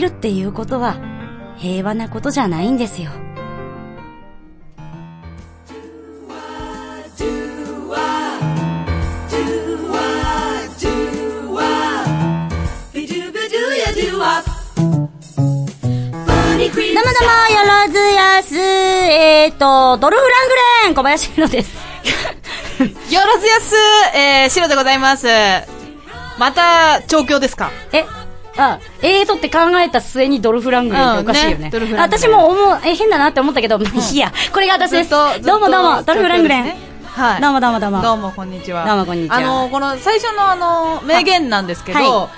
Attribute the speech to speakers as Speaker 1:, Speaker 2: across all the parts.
Speaker 1: るっていうことは平和なことじゃないんですよ。どうもどうも、よろずやす、えっ、ー、と、ドルフ・ラングレーン、小林宏 です。
Speaker 2: よろずやす、えー、シロでございます。また、調教ですか
Speaker 1: えあ、えーとって考えた末にドルフラングレーっておかしいよね。
Speaker 2: うんねドルフラングレ
Speaker 1: 私
Speaker 2: ー
Speaker 1: も思う、え、変だなって思ったけど、まあいいや、これが私です。
Speaker 2: ずっとずっと
Speaker 1: どうもどうも、ドルフラングレ
Speaker 2: 調教
Speaker 1: ー
Speaker 2: ですねはい。
Speaker 1: どうもどうもどうも
Speaker 2: どうも、こんにちは。
Speaker 1: どうもこんにちは
Speaker 2: あの、この、最初のあの、名言なんですけど、
Speaker 1: は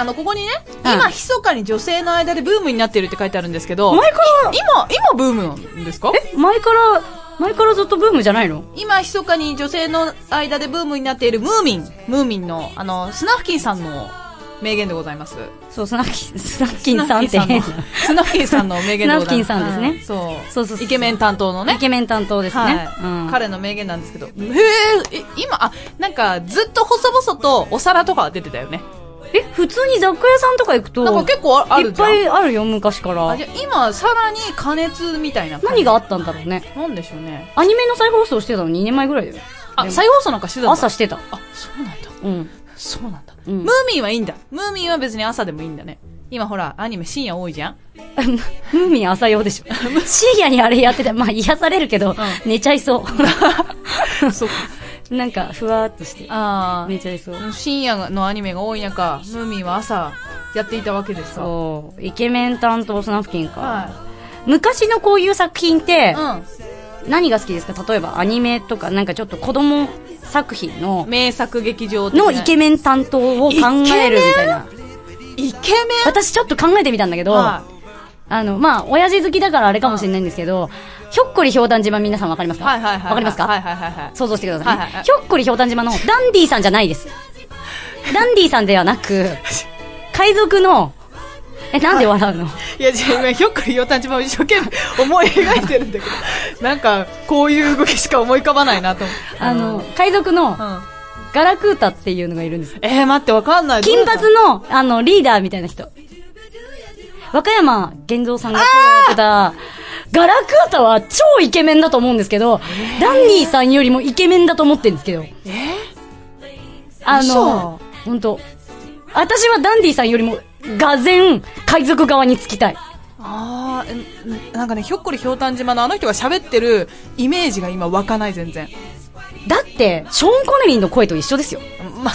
Speaker 2: あの、ここにね、
Speaker 1: うん
Speaker 2: 今、密かに女性の間でブームになってるって書いてあるんですけど、
Speaker 1: 前から
Speaker 2: い今、今ブームなんですか
Speaker 1: ン。前から、前からずっとブームじゃないの
Speaker 2: 今、密かに女性の間でブームになっているムーミン、ムーミンの、あの、スナフキンさんの名言でございます。
Speaker 1: そう、スナフキン、スナフキンさんって変な。
Speaker 2: スナフキンさんの名言でございます。
Speaker 1: スナフキンさんですね
Speaker 2: はいそう。
Speaker 1: そうそうそう
Speaker 2: イケメン担当のね。
Speaker 1: イケメン担当ですね。
Speaker 2: はい、
Speaker 1: うん。
Speaker 2: 彼の名言なんですけど。へーえ、今、あ、なんか、ずっと細々とお皿とかは出てたよね。
Speaker 1: え、普通に雑貨屋さんとか行くと、
Speaker 2: なんか結構ああ
Speaker 1: い
Speaker 2: る
Speaker 1: っ
Speaker 2: じゃん。
Speaker 1: ぱいあるよ、昔か
Speaker 2: あ
Speaker 1: ら
Speaker 2: じ。ゃあ今、さらに加熱みたいな。
Speaker 1: 何があったんだろうね。
Speaker 2: なんでしょうね。
Speaker 1: アニメの再放送してたの2年前ぐらいだよ。
Speaker 2: あ、
Speaker 1: でも
Speaker 2: 再放送なんかしてたんだ。
Speaker 1: 朝してた。
Speaker 2: あ、そうなんだ。
Speaker 1: うん。
Speaker 2: そうなんだ。
Speaker 1: うん
Speaker 2: ムーミンはいいんだ。ムーミンは別に朝でもいいんだね。今ほら、アニメ深夜多いじゃん。
Speaker 1: ムーミン朝用 でしょ。深夜にあれやってたまあ癒されるけど、寝ちゃい そう。
Speaker 2: そうか。
Speaker 1: なんか、ふわーっとして。
Speaker 2: あ
Speaker 1: 寝ちゃいそう。
Speaker 2: あ。深夜のアニメが多い中、ムーミンは朝やっていたわけですか。
Speaker 1: そう。イケメン担当スナフキンか。
Speaker 2: は
Speaker 1: 昔のこういう作品って
Speaker 2: い。、うん。
Speaker 1: 何が好きですか例えばアニメとか、なんかちょっと子供作品の、
Speaker 2: 名作劇場的な
Speaker 1: のイケメン担当を考えるみたいな。
Speaker 2: イケメン
Speaker 1: 私ちょっと考えてみたんだけど、
Speaker 2: は
Speaker 1: あの、まあ、親父好きだからあれかもしれないんですけど、ひょっこりひょうたん島皆さんわかります
Speaker 2: い
Speaker 1: か
Speaker 2: はいはいはい。
Speaker 1: わかりますか
Speaker 2: はいはいはいはい。
Speaker 1: 想像してくださいね、
Speaker 2: はいはい
Speaker 1: ひょっこりひょうたん島のダンディさんじゃないです。ダンディさんではな く、海賊の、え、なんで笑うの、
Speaker 2: いや、じゃあ今、ひょっこりひょうたんちまを一生懸命思い描いてるんだけ ど、なんか、こういう動きしか思い浮かばないなと思って。
Speaker 1: あの、、海賊の
Speaker 2: うん。
Speaker 1: ガラクータっていうのがいるんです。
Speaker 2: えー、待って、わかんない。
Speaker 1: 金髪の、あの、リーダーみたいな人。和歌山玄三さんが声をやってた、ガラクータは超イケメンだと思うんですけど、ダンディさんよりもイケメンだと思ってるんですけど。
Speaker 2: えー
Speaker 1: あの
Speaker 2: 嘘、
Speaker 1: 本当私はダンディさんよりも、がぜん、海賊側につきたい。
Speaker 2: あーえなんかね、ひょっこりひょうたん島のあの人が喋ってるイメージが今湧かない、全然。
Speaker 1: だって、ショーン・コネリーの声と一緒ですよ。
Speaker 2: ま、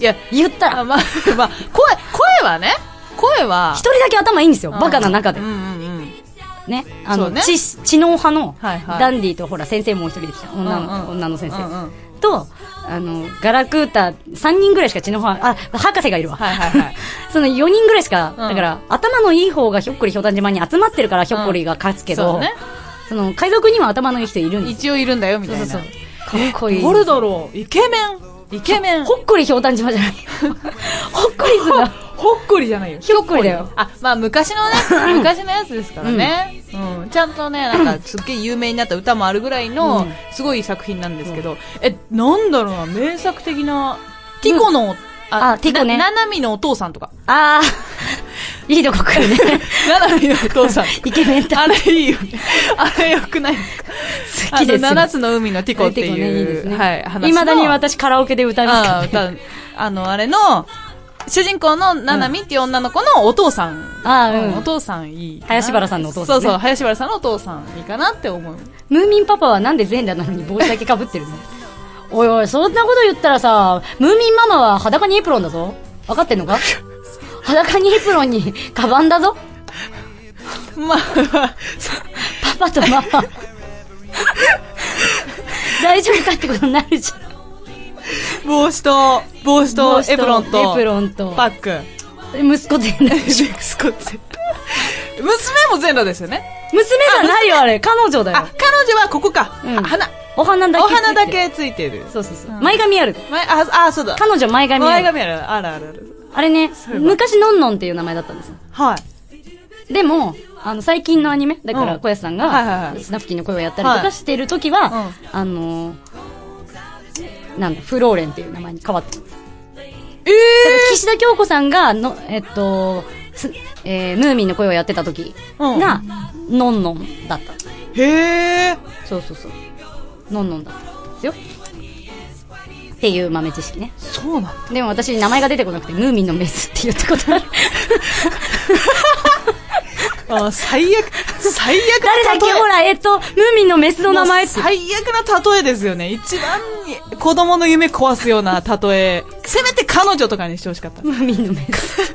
Speaker 2: いや、
Speaker 1: 言った
Speaker 2: あ
Speaker 1: ら、
Speaker 2: ま、まあ、声、声はね、声は
Speaker 1: 一、人だけ頭いいんですよ。
Speaker 2: うん
Speaker 1: バカな中で
Speaker 2: うん。うんうん。
Speaker 1: ね。あ
Speaker 2: そ
Speaker 1: の、
Speaker 2: うね
Speaker 1: 知、知能派の、
Speaker 2: はいはい
Speaker 1: ダンディとほら、先生もう一人できた。女
Speaker 2: うんう
Speaker 1: の、
Speaker 2: ん
Speaker 1: 女の先生。
Speaker 2: うんうん
Speaker 1: と、あの、ガラクータ、3人ぐらいしか知能派、あ、博士がいるわ。
Speaker 2: はいはいはい。
Speaker 1: その4人ぐらいしか、
Speaker 2: うん
Speaker 1: だから、頭のいい方がひょっこりひょうたん島に集まってるから、ひょっこりが勝つけ
Speaker 2: そ
Speaker 1: ど、
Speaker 2: うね。
Speaker 1: その、海賊には頭のいい人いるんです
Speaker 2: 一応いるんだよ、みたいな。
Speaker 1: そうそうそう。かっこいい。
Speaker 2: 誰だろうイケメンイケメンほ
Speaker 1: ほっこりひょうたん島じ ゃない。ほっこりすな。
Speaker 2: ほっこりじゃないよ。
Speaker 1: ひょっこりだよ。
Speaker 2: あ、まあ昔の ね、昔のやつですからね。うん。ちゃんとね、なんかすっげえ有名になった歌もあるぐらいの、
Speaker 1: うん
Speaker 2: すごい作品なんですけど、え、なんだろうな、名作的な、ティコの、
Speaker 1: あティコね
Speaker 2: な、ナナミのお父さんとか。
Speaker 1: あー、いいとこ来る ね。
Speaker 2: ナナミのお父さん。
Speaker 1: イケメンタ
Speaker 2: あれいいよね。 あれよくないですか
Speaker 1: 好きですよ。
Speaker 2: あの、七つの海のティコって
Speaker 1: ティコねいいで
Speaker 2: いう、
Speaker 1: すね
Speaker 2: はい、話の
Speaker 1: いまだに私カラオケで歌いますから
Speaker 2: ああ、
Speaker 1: ね。
Speaker 2: 歌う。あの、あれの、主人公のななみっていう女の子のお父さん。
Speaker 1: あーうん
Speaker 2: お父さんいいかな。
Speaker 1: 林原さんのお父さんね
Speaker 2: そうそう、林原さんのお父さんいいかなって思う。
Speaker 1: ムーミンパパはなんで全裸なのに帽子だけ被ってるの おいおい、そんなこと言ったらさ、ムーミンママは裸にエプロンだぞ。分かってんのか裸にエプロンにカバンだぞ。
Speaker 2: まあ、
Speaker 1: パパとマ マ。大丈夫かってことになるじゃん。
Speaker 2: 帽子と、帽子と
Speaker 1: 帽子、と
Speaker 2: エプロンと、
Speaker 1: エプロンと
Speaker 2: パック。
Speaker 1: 息子全裸でしょ
Speaker 2: ジェイクスコッツ。娘も全裸ですよね。
Speaker 1: 娘じゃないよ、あれ。彼女だよ
Speaker 2: あ、。彼女はここか。
Speaker 1: うん
Speaker 2: あ花。
Speaker 1: お花だ
Speaker 2: お
Speaker 1: け。
Speaker 2: 花だ。けついてる。
Speaker 1: そうそうそう。
Speaker 2: うん
Speaker 1: 前髪ある。
Speaker 2: 前、あ、あ、そうだ。
Speaker 1: 彼女前髪あ
Speaker 2: 前
Speaker 1: る。
Speaker 2: 髪ある。あるあるある。
Speaker 1: あれね、
Speaker 2: いえば
Speaker 1: 昔のんのんっていう名前だったんですよ。
Speaker 2: はい。
Speaker 1: でも、あの、最近のアニメ、だか
Speaker 2: う
Speaker 1: ら、
Speaker 2: ん
Speaker 1: 小安さん
Speaker 2: はいはい
Speaker 1: が
Speaker 2: は、い
Speaker 1: スナフキンの声をやったりとかしてる時は、
Speaker 2: はいうん
Speaker 1: あのー、なんだ、フローレンっていう名前に変わってる。
Speaker 2: え
Speaker 1: 岸田京子さんがの、えっと、すえームーミンの声をやってた時
Speaker 2: うん
Speaker 1: が、のんのんだった。
Speaker 2: へえ。
Speaker 1: そうそうそう。のんのんだったんですよ。っていう豆知識ね。
Speaker 2: そうなんだ。
Speaker 1: でも私名前が出てこなくて、ムーミンのメスって言ったこと ある。
Speaker 2: あー最悪、最悪
Speaker 1: 誰だっ
Speaker 2: な例
Speaker 1: け
Speaker 2: え。
Speaker 1: ほら、えっと、ムーミンのメスの名前って。
Speaker 2: 最悪な例えですよね。一番子供の夢壊すような例え。せめて彼女とかにしてほしか った。
Speaker 1: ムーミンのメス。
Speaker 2: せ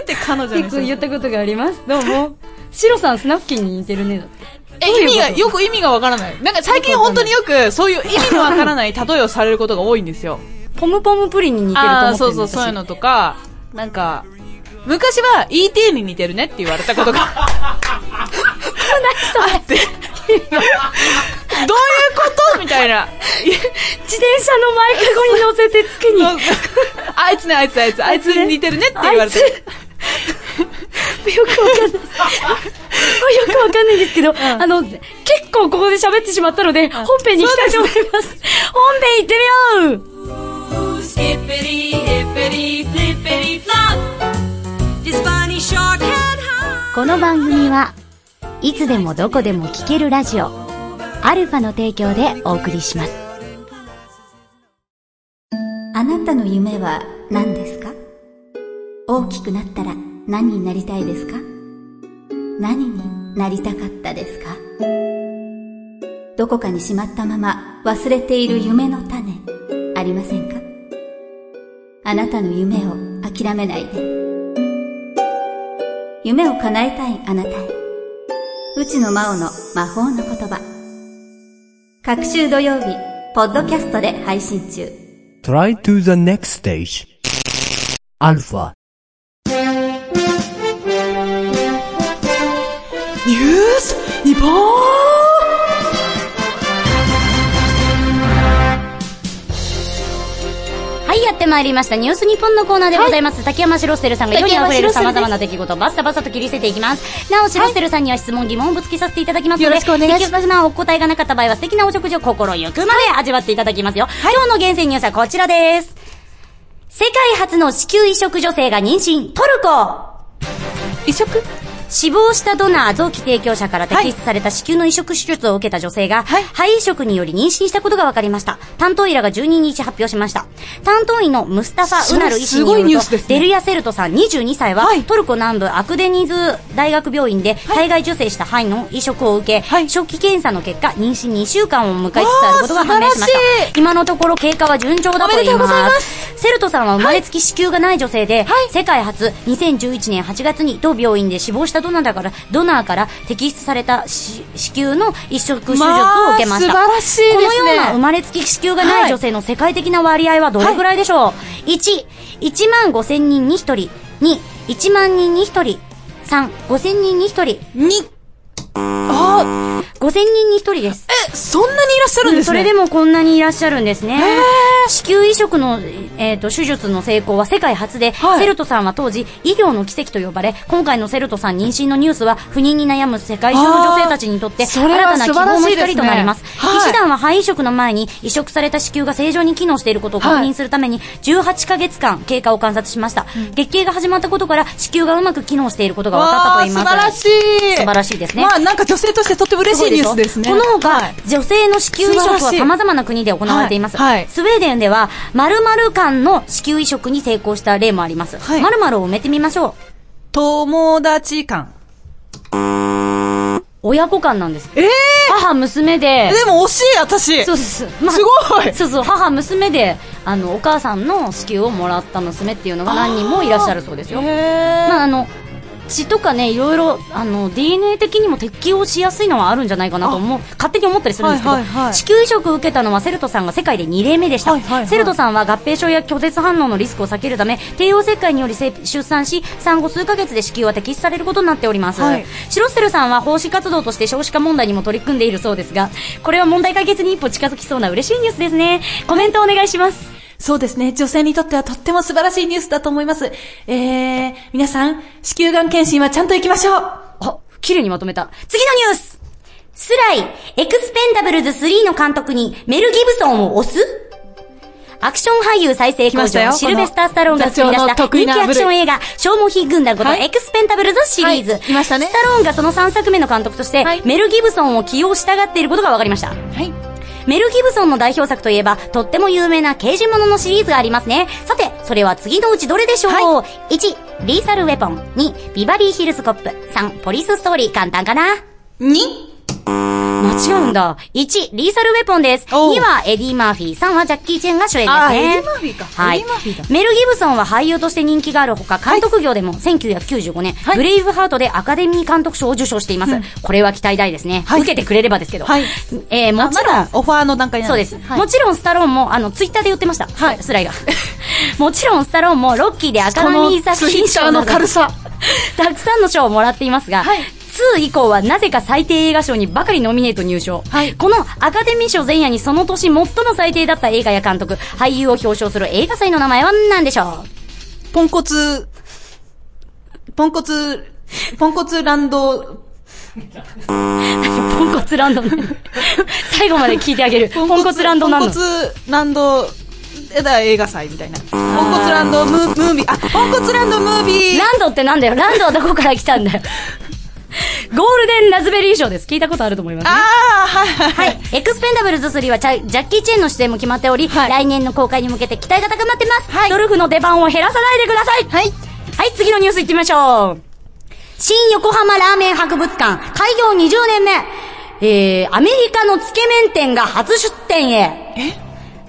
Speaker 2: めて彼女にし
Speaker 1: 結構
Speaker 2: てほしか
Speaker 1: 言
Speaker 2: っ。
Speaker 1: ったたことがあります。
Speaker 2: どうも。
Speaker 1: シロさん、スナフキンに似てるね。だって
Speaker 2: え、
Speaker 1: どういうこと
Speaker 2: 意味が、よく意味がわからない。なんか最近本当によく、そういう意味のわからない例えをされることが多いんですよ。
Speaker 1: ポムポムプリンに似てると思って
Speaker 2: あ
Speaker 1: る
Speaker 2: あ、
Speaker 1: の
Speaker 2: そうそう、そういう。のとか、なんか、昔は ET に似てるねって言われたことが あって、どういうことみたいな。
Speaker 1: 私自転車の前かごに乗せて 月に。
Speaker 2: あいつね、あいつ、あいつ、あいつに似てるねって言われて
Speaker 1: あい。つ よくわかんない。よくわかんないですけど、あの、結構ここで喋ってしまったので、本編に行きたいと思います。本編行ってみよう
Speaker 3: Hippity, hippity, flippity, flop. The Spanish shark had high.
Speaker 4: この番組はいつでもどこでも聴けるラジオアルファの提供でお送りしますあなたの夢は何ですか大きくなったら何になりたいですか何になりたかったですかどこかにしまったまま忘れている夢の種ありませんかあなたの夢を諦めないで夢を叶えたいあなたへ。うちの真央の魔法の言葉。各週土曜日、ポッドキャストで配信中。
Speaker 5: Try to the next stage. Alpha.
Speaker 2: ニュース日本
Speaker 1: はい、やってまいりました。ニュース日本のコーナーでございます。竹山シロステルさんが世に溢れる様々な出来事をバッサバサと切り捨てていきます。なお、シロステルさんには質問、疑問をぶつけさせていただきますので、
Speaker 2: よろしくお願いします
Speaker 1: 的確なお答えがなかった場合は素敵なお食事を心ゆくまで味わっていただきますよ。今日の厳選ニュースはこちらです。世界初の子宮移植女性が妊娠、トルコ
Speaker 2: 移植
Speaker 1: 死亡したドナー臓器提供者から摘出された子宮の移植手術を受けた女性が、
Speaker 2: はい
Speaker 1: 肺移植により妊娠したことが分かりました。担当医らが12日発表しました。担当医のムスタファ・ウナル医師によ
Speaker 2: すごいニュ
Speaker 1: る
Speaker 2: ース
Speaker 1: と、
Speaker 2: ですね
Speaker 1: デルヤセルトさん22歳は、トルコ南部アクデニズ大学病院で体外受精した肺の移植を受け、
Speaker 2: はい
Speaker 1: 初期検査の結果、妊娠2週間を迎えつつあることが判明しまし
Speaker 2: わあ素晴ら
Speaker 1: た。今のところ経過は順調だとい
Speaker 2: おめで
Speaker 1: い
Speaker 2: と
Speaker 1: う
Speaker 2: ご
Speaker 1: ま
Speaker 2: ざいます
Speaker 1: す。セルトさんは生まれつき子宮がない女性で、世界初2011年8月に当病院で死亡したドナーだからドナーから摘出されたし子宮の移植手術を受けました、
Speaker 2: まあ素晴らしいですね
Speaker 1: このような生まれつき子宮がない女性の世界的な割合はどれくらいでしょう、1、1万5千人に1人。2、1万人に1人。3、5千人に1人。
Speaker 2: に、あ
Speaker 1: 5千人に1人です。
Speaker 2: ーえ、そんなにいらっしゃるんです
Speaker 1: そ
Speaker 2: ね、
Speaker 1: れでもこんなにいらっしゃるんですね。子宮移植の、えー、と手術の成功は世界初で、
Speaker 2: はい
Speaker 1: セルトさんは当時、医療の奇跡と呼ばれ、今回のセルトさん妊娠のニュースは、不妊に悩む世界中の女性たちにとって、
Speaker 2: あー
Speaker 1: 新
Speaker 2: それ
Speaker 1: た
Speaker 2: は
Speaker 1: な希望の
Speaker 2: 素晴らしいで
Speaker 1: 光
Speaker 2: す
Speaker 1: と
Speaker 2: ね
Speaker 1: なります。
Speaker 2: はい
Speaker 1: 医師団は肺移植の前に、移植された子宮が正常に機能していることを確認するために、18ヶ月間経過を観察しました。月経が始まったことから、子宮がうまく機能していることが分かったと言います。
Speaker 2: わあ素晴らしい。
Speaker 1: 素晴らしいですね
Speaker 2: まあなんか女性としてとっても嬉しいニュースですね。
Speaker 1: このほか、
Speaker 2: はい
Speaker 1: 女性の子宮移植は
Speaker 2: 素晴らしい
Speaker 1: 様々な国で行われています。
Speaker 2: はいはい
Speaker 1: スウェーデンでは、〇〇間の子宮移植に成功した例もあります。
Speaker 2: はい
Speaker 1: 〇〇を埋めてみましょう。
Speaker 2: 友達感。
Speaker 1: 親子間なんです。
Speaker 2: ええ
Speaker 1: 母、娘で、
Speaker 2: でも惜しい、私。
Speaker 1: そうそうそう。
Speaker 2: すごい
Speaker 1: そうそう、母、娘で、あの、お母さんの子宮をもらった娘っていうのが何人もいらっしゃるそうですよ。
Speaker 2: へ
Speaker 1: まあ、あの、血とかね、いろいろ、あの、DNA 的にも適応しやすいのはあるんじゃないかなと思う、勝手に思ったりするんですけど、
Speaker 2: はいはいはい
Speaker 1: 子宮移植を受けたのはセルトさんが世界で2例目でした。
Speaker 2: はいはいはい
Speaker 1: セルトさんは合併症や拒絶反応のリスクを避けるため、帝王切開によりせ出産し、産後数ヶ月で子宮は摘出されることになっております。
Speaker 2: はい
Speaker 1: シロステルさんは奉仕活動として少子化問題にも取り組んでいるそうですが、これは問題解決に一歩近づきそうな嬉しいニュースですね。コメントお願いします。
Speaker 6: そうですね。女性にとってはとっても素晴らしいニュースだと思います。えー、皆さん、子宮がん検診はちゃんと行きましょう
Speaker 1: あ、綺麗にまとめた。次のニューススライ、エクスペンダブルズ3の監督にメル・ギブソンを押すアクション俳優再生
Speaker 2: 来
Speaker 1: 工
Speaker 2: ました
Speaker 1: 場、
Speaker 2: よ
Speaker 1: シルベスター・スタローンが作り出した
Speaker 7: 座長の
Speaker 1: 人
Speaker 7: 得意
Speaker 1: 気
Speaker 7: な
Speaker 1: アクション映画、消耗品軍団こと
Speaker 2: はい
Speaker 1: エクスペンタブルズシリーズ。
Speaker 2: はい来ましたね
Speaker 1: スタローンがその3作目の監督として、
Speaker 2: はい
Speaker 1: メル・ギブソンを起用したがっていることが分かりました。
Speaker 2: はい。
Speaker 1: メル・ギブソンの代表作といえば、とっても有名な刑事もののシリーズがありますね。さて、それは次のうちどれでしょう、?1、リーサル・ウェポン。2、ビバリー・ヒルズ・コップ。3、ポリス・ストーリー。簡単かな
Speaker 2: に
Speaker 1: 間違うんだ。1、リーサルウェポンです。2
Speaker 2: おう
Speaker 1: はエディ・マーフィー。3はジャッキー・チェンが主演ですね。
Speaker 2: あーエディマーフィーか
Speaker 1: は
Speaker 2: エ
Speaker 1: い
Speaker 2: ディマーフィーだ。
Speaker 1: メル・ギブソンは俳優として人気があるほか、監督業でも1995年、
Speaker 2: い
Speaker 1: ブレイブハートでアカデミー監督賞を受賞しています。これは期待大ですね、
Speaker 2: はい
Speaker 1: 受けてくれればですけど。
Speaker 2: はい
Speaker 1: えー、もちろん、
Speaker 2: オファーの段階なん
Speaker 1: そうです、
Speaker 2: はい
Speaker 1: もちろんスタローンも、あの、ツイッターで言ってました。はい。スライが。 もちろんスタローンも、ロッキーでアカデミー作品賞など
Speaker 2: このツイッターの軽さ。
Speaker 1: たくさんの賞をもらっていますが、
Speaker 2: はい
Speaker 1: 2以降はなぜか最低映画賞にばかりノミネート入賞。
Speaker 2: はい
Speaker 1: このアカデミー賞前夜にその年最も最低だった映画や監督、俳優を表彰する映画祭の名前は何でし ょ
Speaker 2: ポンコツ、ポンコツ、ポンコツランド、
Speaker 1: うポンコツランド ね最後まで聞いてあげる。ポンコツランドな
Speaker 2: ポ
Speaker 1: の
Speaker 2: ンコ。ツランド、えだ映画祭みたいな。ポンコツランドムームービー、あ、ポンコツランドムービー、
Speaker 1: ランドってなんだよ。ランドはどこから来たんだよ。ゴールデンラズベリー賞です。聞いたことあると思います、ね。
Speaker 2: あー、はいはい。
Speaker 1: はい。エクスペンダブルズ3はチャジャッキー・チェンの出演も決まっており、
Speaker 2: はい
Speaker 1: 来年の公開に向けて期待が高まってます。
Speaker 2: はい
Speaker 1: ドルフの出番を減らさないでください。
Speaker 2: はい。
Speaker 1: はい、次のニュース行ってみましょう。新横浜ラーメン博物館、開業20年目。えー、アメリカのつけ麺店が初出店へ。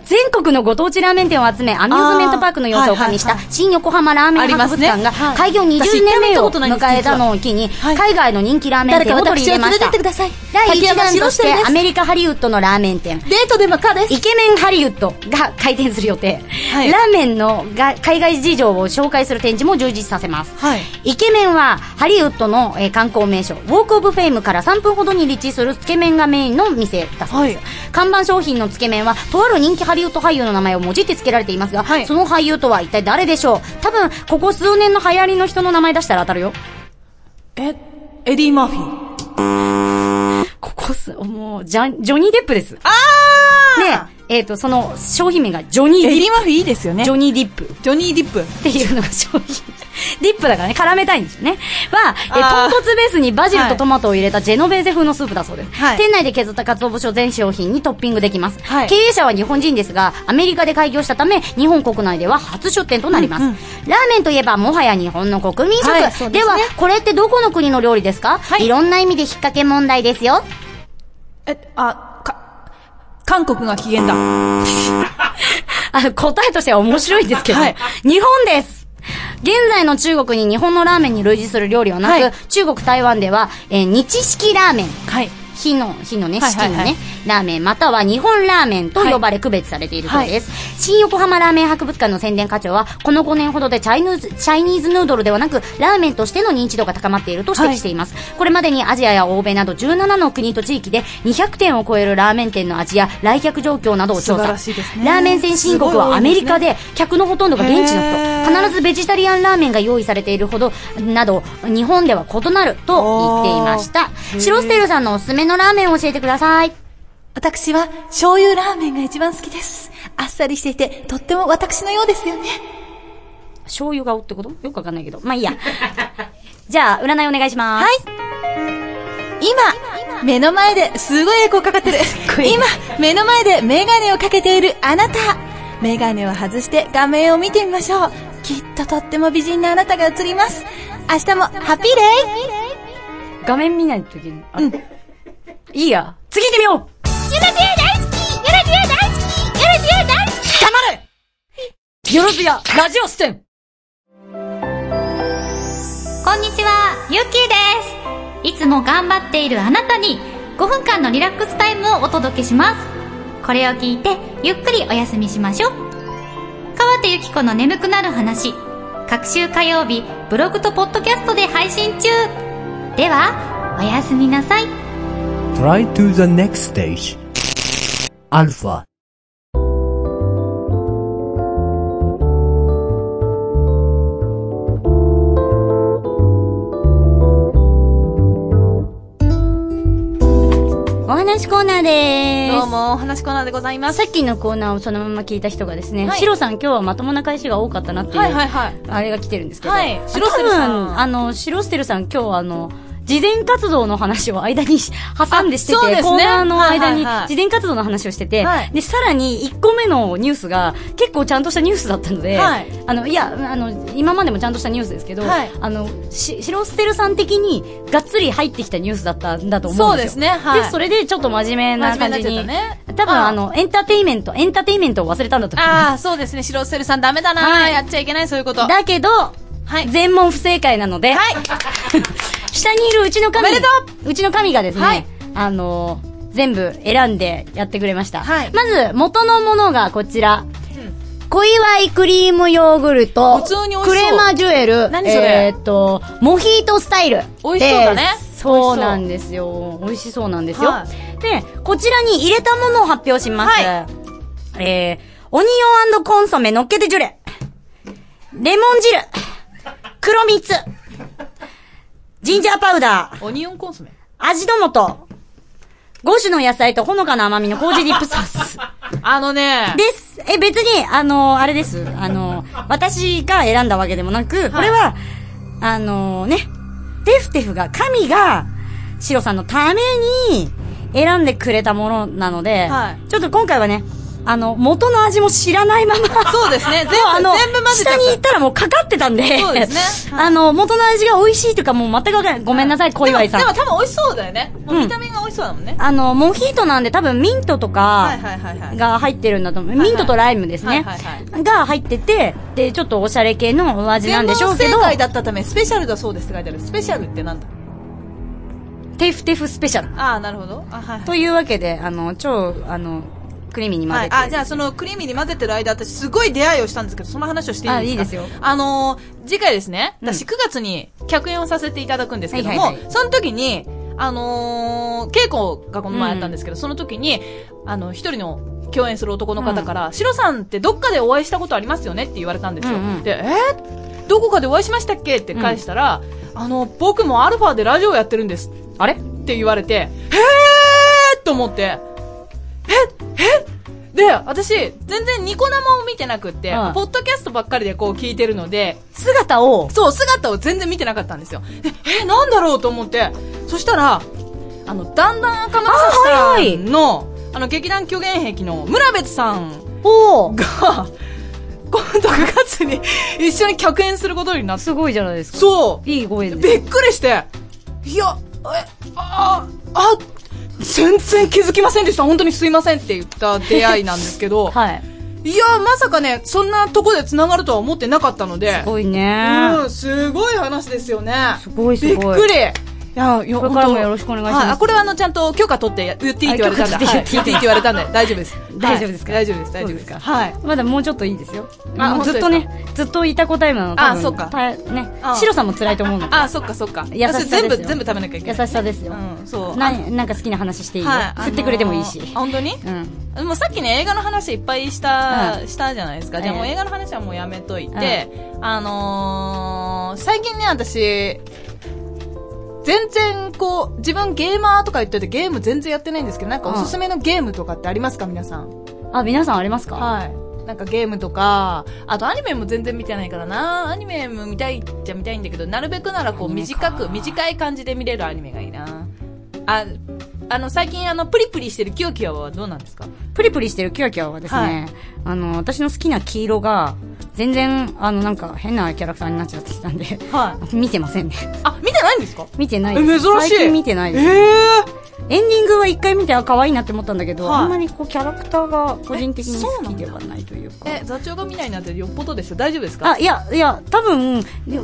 Speaker 1: 全国のご当地ラーメン店を集め、アミューズメントパークの様子を加味し
Speaker 2: あ
Speaker 1: た
Speaker 2: ーはい
Speaker 1: 新横浜ラーメン博物館が
Speaker 2: ありますねはい
Speaker 1: 開業20年目を迎えたのを機に、
Speaker 2: はい
Speaker 1: 海外の人気ラーメン店を取り入れました。
Speaker 4: 誰か私を連れてってください
Speaker 1: 第1弾とし
Speaker 4: 竹
Speaker 1: て
Speaker 4: 山白で
Speaker 1: ア
Speaker 4: す
Speaker 1: メリカハリウッドのラーメン店、
Speaker 4: デートでもかです
Speaker 1: イケメンハリウッドが開店する予定、
Speaker 2: はい
Speaker 1: ラーメンのが海外事情を紹介する展示も充実させます、
Speaker 2: はい
Speaker 1: イケメンはハリウッドの、えー観光名所ウォーク・オブ・フェイムから3分ほどに立地するつけ麺がメインの店だそうです、
Speaker 2: はい
Speaker 1: 看板商品のつけ麺はとある人気ハリウッド俳優の名前をもじってつけられていますが、
Speaker 2: はい
Speaker 1: その俳優とは一体誰でしょう多分ここ数年の流行りの人の名前出したら当たるよ
Speaker 2: え、エディ・マーフィー。
Speaker 1: ここすもうジャンジョニー・デップですね
Speaker 2: あ
Speaker 1: えっ、とその商品名がジョニー・デ
Speaker 2: ーエデ
Speaker 1: ィ
Speaker 2: ィ・マーフィーいいですよね。
Speaker 1: ジ
Speaker 2: ジ
Speaker 1: ョニー・ディップ
Speaker 2: ョニー・ディップ。
Speaker 1: っていうのが商品。ディップだからね、絡めたいんですよね。は、
Speaker 2: あ
Speaker 1: え、
Speaker 2: ー
Speaker 1: 豚骨ベースにバジルとトマトを入れたジェノベーゼ風のスープだそうです。
Speaker 2: はい
Speaker 1: 店内で削った鰹節を全商品にトッピングできます、
Speaker 2: はい
Speaker 1: 経営者は日本人ですが、アメリカで開業したため、日本国内では初出店となります。
Speaker 2: うんうん
Speaker 1: ラーメンといえば、もはや日本の国民食。
Speaker 2: はいそう
Speaker 1: で
Speaker 2: です
Speaker 1: は
Speaker 2: ね、
Speaker 1: これってどこの国の料理ですか、
Speaker 2: はい
Speaker 1: いろんな意味で引っ掛け問題ですよ。
Speaker 2: え、あ、か、韓国が機嫌だ。
Speaker 1: あ答えとしては面白いんですけど、
Speaker 2: はい
Speaker 1: 日本です現在の中国に日本のラーメンに類似する料理はなく、
Speaker 2: はい
Speaker 1: 中国台湾では、えー日式ラーメン
Speaker 2: はい。
Speaker 1: 火の、火のね、
Speaker 2: はい
Speaker 1: 式
Speaker 2: はい
Speaker 1: の
Speaker 2: はい
Speaker 1: ね、ラーメン、または日本ラーメンと呼ばれ区別されているそうです。新横浜ラーメン博物館の宣伝課長は、この5年ほどでチャイニーズ、チャイニーズヌードルではなく、ラーメンとしての認知度が高まっていると指摘しています。これまでにアジアや欧米など17の国と地域で200店を超えるラーメン店の味や来客状況などを調
Speaker 2: 素晴
Speaker 1: 査。
Speaker 2: らしいですね
Speaker 1: ラーメン先進国はアメリカで、客のほとんどが現地の
Speaker 2: へ
Speaker 1: 人。
Speaker 2: ー
Speaker 1: 必ずベジタリアンラーメンが用意されているほど、など、日本では異なると言っていました。白ステルさんのおすすめのラーメンを教えてください。
Speaker 4: 私は醤油ラーメンが一番好きです。あっさりしていて、とっても私のようですよね。
Speaker 1: 醤油顔ってことよくわかんないけど。まあいいや。じゃあ、占いお願いします。
Speaker 4: はい
Speaker 2: 今、目の前で、すごいエコーかかってる。今、目の前でメガネをかけているあなた。メガネを外して画面を見てみましょう。きっととっても美人なあなたが映ります。明日もハッピーデ
Speaker 1: 画面見ないといけない。うん。いいや。次行ってみようよろずやラジオステン
Speaker 8: こんにちは、ゆっきーです。いつも頑張っているあなたに5分間のリラックスタイムをお届けします。これを聞いてゆっくりお休みしましょう。川手ゆき子の眠くなる話、各週火曜日ブログとポッドキャストで配信中。では、おやすみなさい。
Speaker 5: Try to the next stage. Alpha.
Speaker 1: 話コーナーで
Speaker 2: どう
Speaker 1: ー。
Speaker 2: も、お話コーナーでございます
Speaker 1: さっきのコーナーをそのまま聞いた人がですね、
Speaker 2: はい
Speaker 1: シロさん今日はまともな返しが多かったなっていう、
Speaker 2: はいはいはい。
Speaker 1: あれが来てるんですけど、
Speaker 2: はい
Speaker 1: あ
Speaker 2: シロステルさん
Speaker 1: 多分、あの、シロステルさん今日はあの、事前活動の話を間に挟んでしてて、
Speaker 2: あそうですね
Speaker 1: コーナーの間に
Speaker 2: はいはいはい
Speaker 1: 事前活動の話をしてて、
Speaker 2: はい
Speaker 1: で、さらに1個目のニュースが結構ちゃんとしたニュースだったので、
Speaker 2: はい
Speaker 1: あの、いや、あの、今までもちゃんとしたニュースですけど、
Speaker 2: はい
Speaker 1: あの、しシロステルさん的にがっつり入ってきたニュースだったんだと思う
Speaker 2: そ
Speaker 1: ん
Speaker 2: う
Speaker 1: です
Speaker 2: で
Speaker 1: よ。
Speaker 2: すね、はい。
Speaker 1: で、それでちょっと真面目な感じ
Speaker 2: 真面目
Speaker 1: に。
Speaker 2: になっちゃったね
Speaker 1: 多分
Speaker 2: ああ
Speaker 1: あの、エンターテインメント、エンターテインメントを忘れたんだと思います。
Speaker 2: ああ、そうですね、白セルさんダメだな、
Speaker 1: はい
Speaker 2: やっちゃいけない、そういうこと。
Speaker 1: だけど、
Speaker 2: はい
Speaker 1: 全問不正解なので、 下にいるうちの神、
Speaker 2: おめでと
Speaker 1: うちの神がですね、
Speaker 2: はい
Speaker 1: あのー全部選んでやってくれました。
Speaker 2: はい
Speaker 1: まず、元のものがこちら。小祝クリームヨーグルト、
Speaker 2: 普通に美味しそう
Speaker 1: クレマジュエル、
Speaker 2: 何それ
Speaker 1: えーっと、モヒートスタイル。
Speaker 2: 美味しそうだね
Speaker 1: ですそうなんですよ。美味しそうなんですよ。
Speaker 2: は
Speaker 1: で、こちらに入れたものを発表します。
Speaker 2: は
Speaker 1: えー、オニオンコンソメのっけてジュレ。レモン汁。黒蜜。ジンジャーパウダー。
Speaker 9: オニオンコンソメ
Speaker 1: 味の素。5種の野菜とほのかな甘みの麹ディップソース。
Speaker 9: あのね、
Speaker 1: です。え、別に、あの、あれです。あの、私が選んだわけでもなく、これは、あのね、テフテフが、神が、シロさんのために選んでくれたものなので、
Speaker 2: はい
Speaker 1: ちょっと今回はね、あの、元の味も知らないまま、
Speaker 2: そうです ね、全部、
Speaker 1: あの、
Speaker 2: 全部混ぜちゃ
Speaker 1: 下
Speaker 2: っ
Speaker 1: に行ったらもうかかってたんで。
Speaker 2: そうです ね
Speaker 1: あの、元の味が美味しいというかもう全くわからない。ごめんなさい、小
Speaker 2: た。
Speaker 1: 祝いさん
Speaker 2: でも。でも多分美味しそうだよね。もう
Speaker 1: うん
Speaker 2: 見た目が美味しそうだもんね。
Speaker 1: あの、モヒートなんで多分ミントと
Speaker 2: は
Speaker 1: か
Speaker 2: いはいはいはい。
Speaker 1: が入ってるんだと思う。
Speaker 2: はい
Speaker 1: ミントとライムですね。
Speaker 2: はいはい
Speaker 1: が入ってて、で、ちょっとおしゃれ系のお味なんでしょうけ
Speaker 2: 全
Speaker 1: ど
Speaker 2: 問正、解だったため、スペシャルだそうですって書いてある。スペシャルってなんだ
Speaker 1: テフテフスペシャル。
Speaker 2: ああ、なるほど。あ、はいはい。
Speaker 1: というわけで、あの、超、あの、クリーミーに混ぜ
Speaker 2: はい、
Speaker 1: て。
Speaker 2: あじゃあそのクリーミーに混ぜてる間私すごい出会いをしたんですけどその話をしていいですか
Speaker 1: あいいですよ
Speaker 2: あのー次回ですね
Speaker 1: うん
Speaker 2: 私9月に客演をさせていただくんですけども、
Speaker 1: はいはいは
Speaker 2: その時にあのー稽古がこの前あったんですけど、その時にあの一人の共演する男の方から、シロさんってどっかでお会いしたことありますよねって言われたんですよ、
Speaker 1: うんうん
Speaker 2: でえーどこかでお会いしましたっけって返したら、あの僕もアルファでラジオやってるんです
Speaker 1: あれ
Speaker 2: って言われて、へーと思って、ええで、私、全然ニコ生を見てなくって、
Speaker 1: うん
Speaker 2: ポッドキャストばっかりでこう聞いてるので、
Speaker 1: 姿を、
Speaker 2: そう、姿を全然見てなかったんですよ。でえ、なんだろうと思って、そしたら、あの、だんだん赤松
Speaker 1: あ
Speaker 2: さ
Speaker 1: はいはい
Speaker 2: んの、あの、劇団虚言癖の村別さん
Speaker 1: おー
Speaker 2: が、今度9月に一緒に客演することになって、
Speaker 1: すごいじゃないですか。
Speaker 2: そう、
Speaker 1: いいご縁です。
Speaker 2: びっくりして、いや、え、あ、あ、全然気づきませんでした。本当にすいませんって言った出会いなんですけど、
Speaker 1: はい。
Speaker 2: い、や、まさかね、そんなとこで繋がるとは思ってなかったので、
Speaker 1: すごいね。
Speaker 2: うん、すごい話ですよね。
Speaker 1: すごいす
Speaker 2: びっ
Speaker 1: ごい。
Speaker 2: くり。いや、よ
Speaker 1: これからも
Speaker 2: 本当
Speaker 1: よろしくお願いします
Speaker 2: はあこれはあの、ちゃんと許可取って言っていいって言われたんで、
Speaker 1: あ許可取って言っていい
Speaker 2: はい言っていいって言われたんで、大丈夫です。
Speaker 1: 大丈夫ですか
Speaker 2: はい大丈夫です、大丈夫です。はい。
Speaker 1: まだもうちょっといいですよ。
Speaker 2: あ
Speaker 1: もうずっとね、ずっといた答えなの。多分
Speaker 2: あそっか
Speaker 1: たね
Speaker 2: あ、
Speaker 1: シロさんも辛いと思うの。
Speaker 2: あ、そっかそっか。
Speaker 1: 優しさですよ
Speaker 2: 全部、全部食べなきゃいけ
Speaker 1: 優
Speaker 2: ない。
Speaker 1: しさですよ。
Speaker 2: うん、そう。
Speaker 1: な、なんか好きな話していいよ。
Speaker 2: はい。
Speaker 1: 振ってくれてもいいし
Speaker 2: あ。のーあ本当に
Speaker 1: うん。
Speaker 2: でもさっきね、映画の話いっぱいした、
Speaker 1: う
Speaker 2: したじゃないですか。じゃあ
Speaker 1: ええ
Speaker 2: もう映画の話はもうやめといて、あのー、最近ね、私、全然こう、自分ゲーマーとか言っててゲーム全然やってないんですけど、なんか
Speaker 1: うん
Speaker 2: おすすめのゲームとかってありますか皆さん。
Speaker 1: あ、皆さんありますか
Speaker 2: はい。なんかゲームとか、あとアニメも全然見てないからな、アニメも見たいっちゃ見たいんだけど、なるべくならこう
Speaker 1: アニメ
Speaker 2: 短
Speaker 1: か
Speaker 2: く、短い感じで見れるアニメがいいな。あ、あの、最近あの、プリプリしてるキヨキヨはどうなんですか
Speaker 1: プリプリしてるキワキワはですね、
Speaker 2: はい
Speaker 1: あの、私の好きな黄色が、全然、あの、なんか変なキャラクターになっちゃってきたんで、
Speaker 2: は
Speaker 1: 見てませんね。
Speaker 2: あ、見てないんですか
Speaker 1: 見てない
Speaker 2: え
Speaker 1: で
Speaker 2: 珍
Speaker 1: す。
Speaker 2: し
Speaker 1: 最
Speaker 2: い。
Speaker 1: 近見てないです。
Speaker 2: え
Speaker 1: エンディングは一回見て、あ、可愛いなって思ったんだけど、
Speaker 2: はい
Speaker 1: あんまりこう、キャラクターが個人的に好きではないというか。
Speaker 2: え。え、座長が見ないなんてよっぽどですよ。大丈夫ですか
Speaker 1: あ、いや、いや、多分、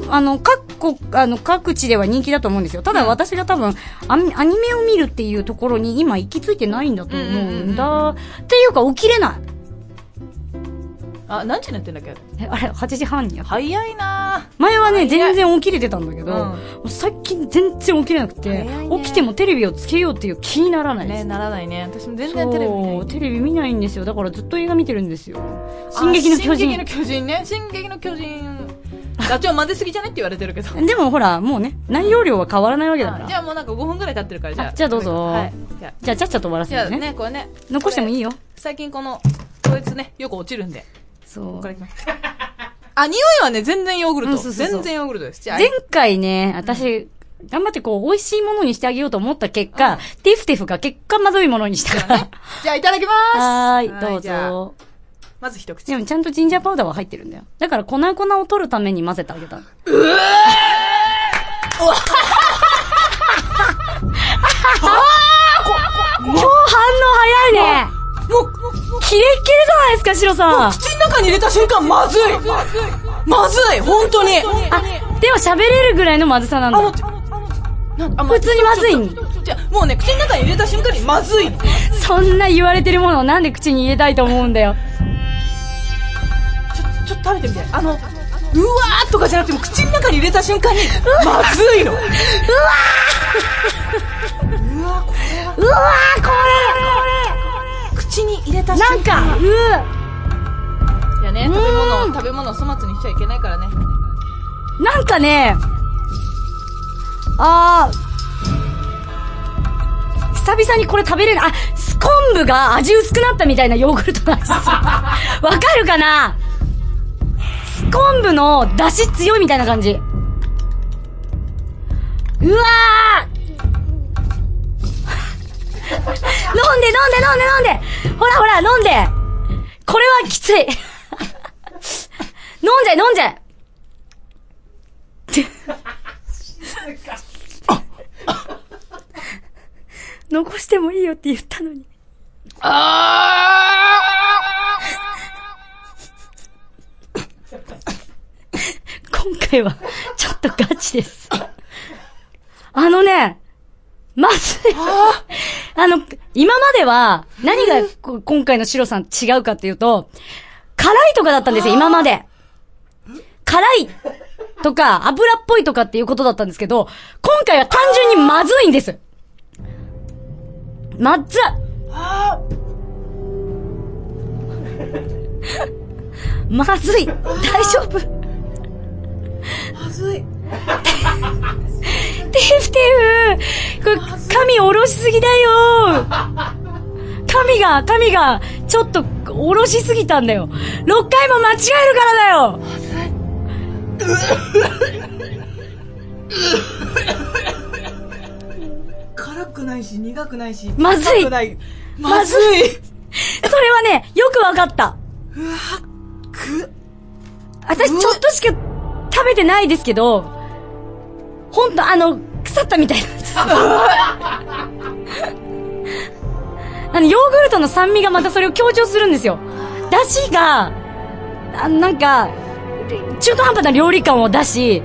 Speaker 1: あの、各国、あの、各地では人気だと思うんですよ。ただ私が多分、アニアニメを見るっていうところに今行き着いてないんだと思うんだ。っていうか、起きれない。
Speaker 2: あ、何時になってんだっけ
Speaker 1: え、あれ、8時半にやった。
Speaker 2: 早いな
Speaker 1: 前はね、全然起きれてたんだけど、
Speaker 2: うん
Speaker 1: もう最近全然起きれなくて、
Speaker 2: 早いね
Speaker 1: 起きてもテレビをつけようっていう気にならな
Speaker 2: ぁ
Speaker 1: いで
Speaker 2: ね、
Speaker 1: す。
Speaker 2: ならないね。私も全
Speaker 1: そ
Speaker 2: 然
Speaker 1: う
Speaker 2: テレビ見ない。
Speaker 1: テレビ見ないんですよ。だからずっと映画見てるんですよ。進撃の巨
Speaker 2: あ進撃の
Speaker 1: 人。
Speaker 2: 巨人ね。進撃の巨人。ダチョウ混ぜすぎじゃねって言われてるけど。
Speaker 1: でもほら、もうね、内容量は変わらないわけだか
Speaker 2: あ
Speaker 1: ら。
Speaker 2: じ
Speaker 1: じゃ
Speaker 2: ゃあもうなんか5分ぐらい経ってるから、じゃあ。
Speaker 1: あじゃあどうぞ
Speaker 2: はい。じゃあ
Speaker 1: あ、ちゃっちゃと終わらせ
Speaker 2: じゃあ
Speaker 1: るね
Speaker 2: ね、これね。
Speaker 1: 残してもいいよ。
Speaker 2: 最近この、こいつね、よく落ちるんで。
Speaker 1: そう
Speaker 2: こ。れいきます。あ、匂いはね、全然ヨーグルト。
Speaker 1: うんそうそうそう
Speaker 2: 全然ヨーグルトです。じゃあ、
Speaker 1: 前回ね、私、頑張ってこう、美味しいものにしてあげようと思った結果、ティフティフが結果まずいものにしたから。
Speaker 2: じゃあいただきます
Speaker 1: はーい、
Speaker 2: は
Speaker 1: どう
Speaker 2: いじゃあ
Speaker 1: ぞ。
Speaker 2: まず一口。
Speaker 1: でもちゃんとジンジャーパウダーは入ってるんだよ。だから粉々を取るために混ぜてあげた。今日反応早いね
Speaker 2: もう、もう
Speaker 1: キレッキレじゃないですか、シロさん。
Speaker 2: 口の中に入れた瞬間、まずいまずい本当に
Speaker 1: あ、でも喋れるぐらいのまずさなん
Speaker 2: あの
Speaker 1: だ。、
Speaker 2: なんあ
Speaker 1: 普通にまずいん
Speaker 2: じゃあもうね、口の中に入れた瞬間にまずい
Speaker 1: そんな言われてるものをなんで口に入れたいと思うんだよ。
Speaker 2: ちょ、ちょっと食べてみて。あの、うわーとかじゃなくても口の中に入れた瞬間に、まずいの。うわーうわーこれ
Speaker 1: うわ
Speaker 2: は
Speaker 1: ーこ
Speaker 2: 口に入れた
Speaker 1: れなん
Speaker 2: 瞬間。
Speaker 1: か、うー
Speaker 2: いやね、食べ物、食べ物を粗末にしちゃいけないからね。
Speaker 1: なんかね、あー、久々にこれ食べれる、あ、ス昆布が味薄くなったみたいなヨーグルトなんですよ。わかるかなス昆布の出汁強いみたいな感じ。うわー飲んで飲んで飲んで飲んでほらほら飲んでこれはきつい 飲んじゃえ飲んじゃえ残してもいいよって言ったのに。今回は、ちょっとガチです。あのね、まずい。あの、今までは、何がこ今回のシロさん違うかっていうと、辛いとかだったんですよ、今まで。辛いとか、油っぽいとかっていうことだったんですけど、今回は単純にまずいんです。まっずまずい大丈夫
Speaker 2: まずい。
Speaker 1: テーフテーフこれ、髪下ろしすぎだよ髪が、髪が、ちょっと、下ろしすぎたんだよ !6 回も間違えるからだよ
Speaker 2: 辛くないし、苦くないし。
Speaker 1: まずい
Speaker 2: 硬くないまずい。
Speaker 1: それはね、よくわかった。
Speaker 2: く、
Speaker 1: 私、ちょっとしか食べてないですけど、ほんと、あの、腐ったみたいなん です。あの、ヨーグルトの酸味がまたそれを強調するんですよ。だしが、あの、なんか、中途半端な料理感を出し、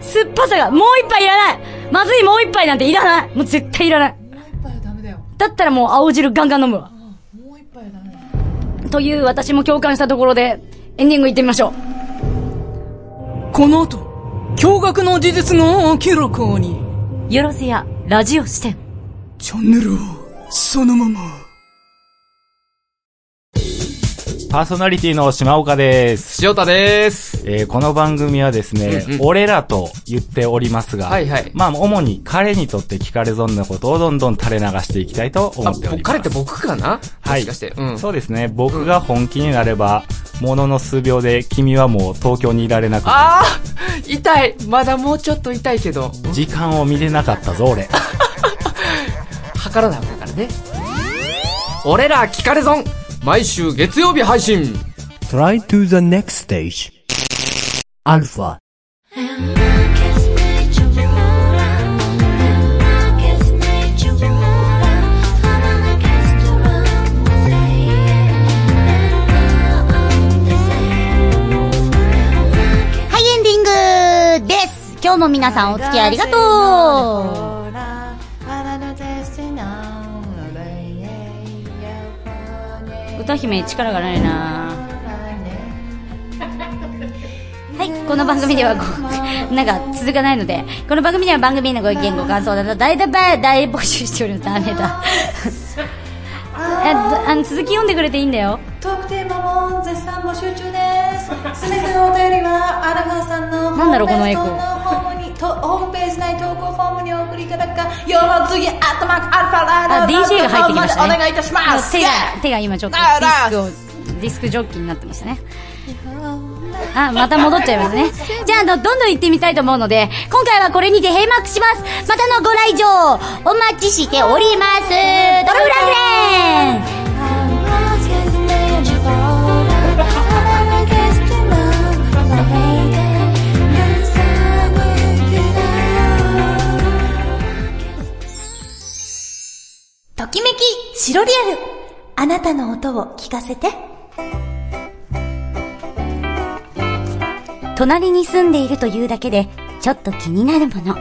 Speaker 1: 酸っぱさが、もう一杯いらないまずいもう一杯なんていらないもう絶対いらない
Speaker 2: もう一杯はダメだよ。
Speaker 1: だったらもう青汁ガンガン飲むわ。
Speaker 2: もう一杯はダメだよ。
Speaker 1: という私も共感したところで、エンディングいってみましょう。
Speaker 2: この後、驚愕の事実が明らかに。
Speaker 1: よろせや、ラジオ視点。
Speaker 2: チャンネルを、そのまま。
Speaker 10: パーソナリティの島岡です。
Speaker 11: 塩田です。
Speaker 10: えーこの番組はですね、
Speaker 11: うんうん
Speaker 10: 俺らと言っておりますが、
Speaker 11: はいはい。
Speaker 10: まあ、主に彼にとって聞かれ損なことをどんどん垂れ流していきたいと思
Speaker 11: あ、
Speaker 10: っております。
Speaker 11: 彼って僕かな
Speaker 10: は
Speaker 11: も
Speaker 10: い
Speaker 11: しかして。うん。
Speaker 10: そうですね、僕が本気になれば、ものの数秒で君はもう東京にいられなく、
Speaker 11: ああ痛いまだもうちょっと痛いけど、
Speaker 10: 時間を見れなかったぞ、俺。
Speaker 11: 測らなあかんからね。俺ら聞かれ損毎週月曜日配信
Speaker 5: Try to the next stage. Alpha.
Speaker 12: はい、
Speaker 6: Thank
Speaker 12: エンディングです今日も皆さんお付き合いありがとう
Speaker 1: 歌姫力がないなはい、この番組ではご、なんか続かないので、この番組では番組へのご意見、ご感想など大大大大募集しております。ダメだ。 ああの続き読んでくれていいんだよ
Speaker 6: トークテーマも絶賛募集中です。すべてのお便りは、アルファさんのホ
Speaker 1: なんだ
Speaker 6: ー
Speaker 1: ろ
Speaker 6: ム
Speaker 1: うこの
Speaker 6: ペー
Speaker 1: エ
Speaker 6: ジ
Speaker 1: コー
Speaker 6: のホームにとホームページ内投稿フォームにお送りいただくか、よろずぎ、アットマーク、アルファラ
Speaker 1: あ
Speaker 6: イダー
Speaker 1: DJ が入ってきましたね
Speaker 6: お願いいたします。
Speaker 1: 手
Speaker 6: Yeah
Speaker 1: が手が今ちょっとディスクをディスクジョッキーになってましたねあまた戻っちゃい ますねじゃああのどんどん行ってみたいと思うので今回はこれにて閉幕しますまたのご来場お待ちしておりますドルフランクレン
Speaker 6: ときめき、白リアル。あなたの音を聞かせて。
Speaker 1: 隣に住んでいるというだけで、ちょっと気になるもの。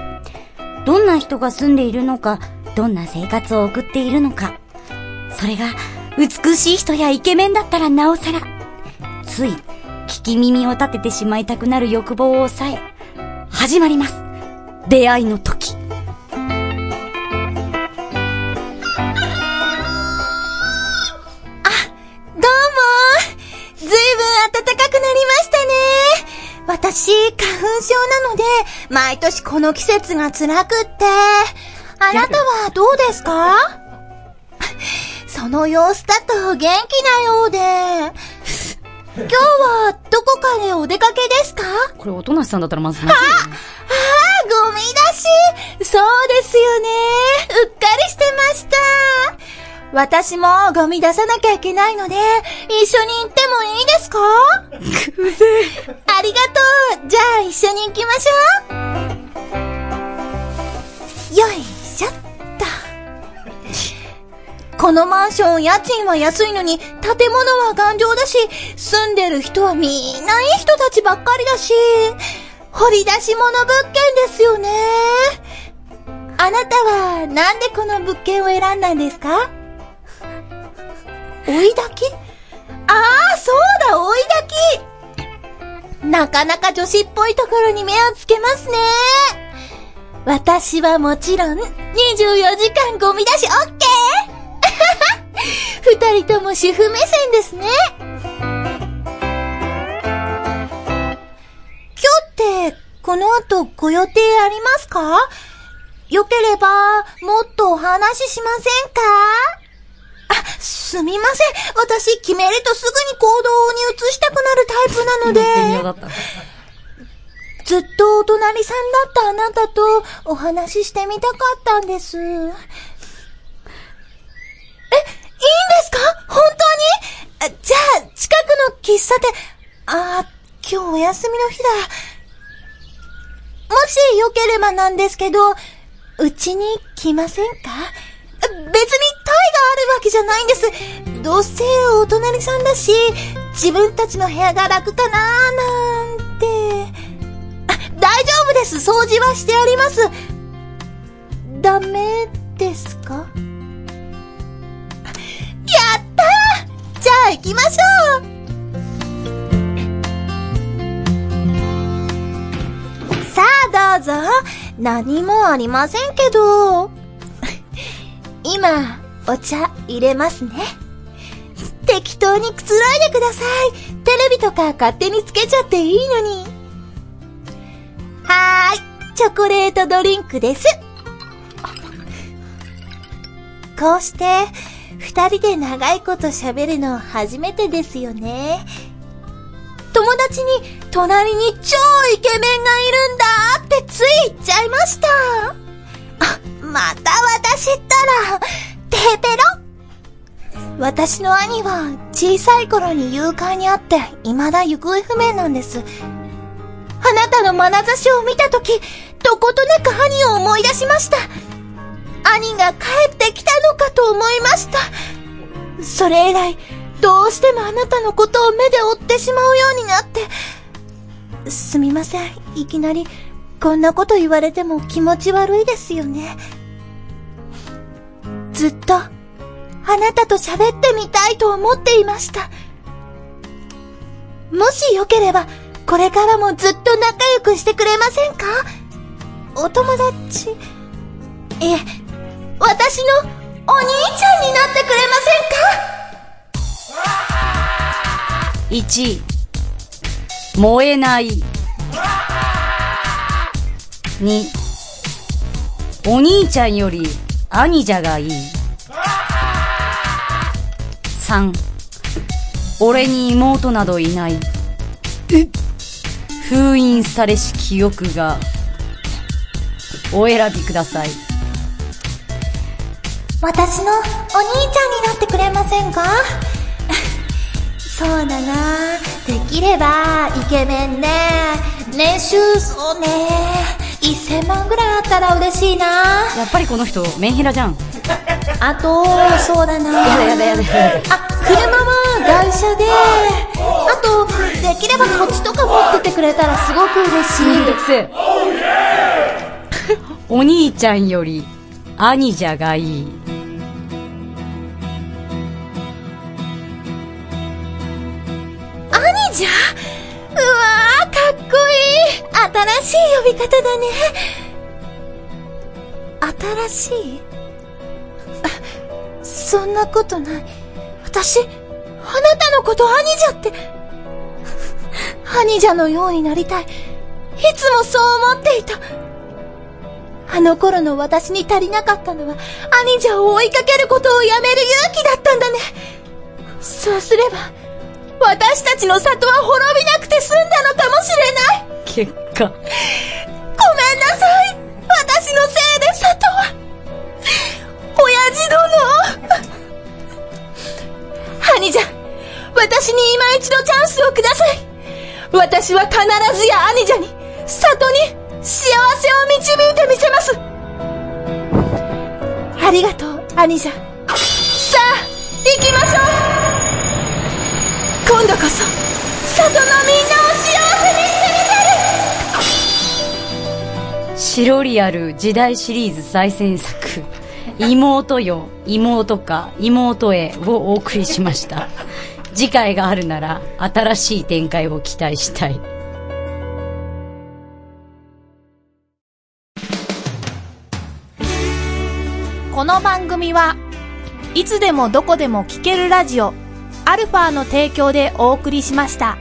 Speaker 1: どんな人が住んでいるのか、どんな生活を送っているのか。それが、美しい人やイケメンだったらなおさら。つい、聞き耳を立ててしまいたくなる欲望を抑え、始まります。出会いの時。
Speaker 6: どうもずいぶん暖かくなりましたね私、花粉症なので、毎年この季節が辛くって。あなたはどうですかその様子だと元気なようで。今日はどこかでお出かけですか
Speaker 1: これ、音無さんだったらまず
Speaker 6: ああ、ゴミ出しそうですよねうっかりしてました私もゴミ出さなきゃいけないので、一緒に行ってもいいですかうぜありがとうじゃあ一緒に行きましょうよいしょっと。このマンション家賃は安いのに、建物は頑丈だし、住んでる人はみんないい人たちばっかりだし、掘り出し物物件ですよね。あなたはなんでこの物件を選んだんですか追い炊きああ、そうだ、追い炊きなかなか女子っぽいところに目をつけますね。私はもちろん、24時間ゴミ出し OK! 二人とも主婦目線ですね。今日って、この後ご予定ありますかよければ、もっとお話ししませんかあ、すみません。私、決めるとすぐに行動に移したくなるタイプなので。ずっとお隣さんだったあなたとお話ししてみたかったんです。え、いいんですか本当にあじゃあ、近くの喫茶店、あー、今日お休みの日だ。もしよければなんですけど、うちに来ませんか別にタイがあるわけじゃないんです。どうせお隣さんだし、自分たちの部屋が楽かなーなんて。大丈夫です掃除はしてありますダメですかやったーじゃあ行きましょうさあどうぞ何もありませんけど 今お茶入れますね適当にくつろいでくださいテレビとか勝手につけちゃっていいのにはーい。チョコレートドリンクです。こうして、二人で長いこと喋るの初めてですよね。友達に、隣に超イケメンがいるんだってつい言っちゃいました。あ、また私ったら、テーペロ私の兄は小さい頃に誘拐にあって未だ行方不明なんです。あなたの眼差しを見たとき、どことなく兄を思い出しました。兄が帰ってきたのかと思いました。それ以来、どうしてもあなたのことを目で追ってしまうようになって。すみません、いきなり、こんなこと言われても気持ち悪いですよね。ずっと、あなたと喋ってみたいと思っていました。もしよければ、これからもずっと仲良くしてくれませんかお友達、いえ、私のお兄ちゃんになってくれま
Speaker 1: 1燃えない2お兄ちゃんより兄者がいい3俺に妹などいない封印されし記憶がお選びください
Speaker 6: せんか私のお兄ちゃんになってくれませんか そうだなできればイケメンで年収そうね1000万ぐらいあったら嬉しいな
Speaker 1: やっぱりこの人メンヘラじゃん
Speaker 6: あとそうだな
Speaker 1: やだやだやだや
Speaker 6: だあ車は外車であとできれば土地とか持っててくれたらすごく嬉し
Speaker 1: めん
Speaker 6: い
Speaker 1: どくせえ お兄ちゃんより兄者がいい
Speaker 6: 兄じゃうわーかっこいい新しい呼び方だね新しいあそんなことない私あなたのこと兄じゃって兄じゃのようになりたいいつもそう思っていたあの頃の私に足りなかったのは兄じゃを追いかけることをやめる勇気だったんだねそうすれば私たちの里は滅びなくて済んだのかもしれな
Speaker 1: 結
Speaker 6: い
Speaker 1: 果
Speaker 6: ごめんなさい私のせいで里は親父殿兄じゃ私に今一度チャンスをください私は必ずや兄者に里に幸せを導いてみせますありがとう兄者さあ行きましょう今度こそ里のみんなを幸せにしてみせる
Speaker 1: 白リアル時代シリーズ最新作「妹よ妹か妹へ」をお送りしました次回があるなら新しい展開を期待したい
Speaker 13: この番組はいつでもどこでも聴けるラジオアルファの提供でお送りしました。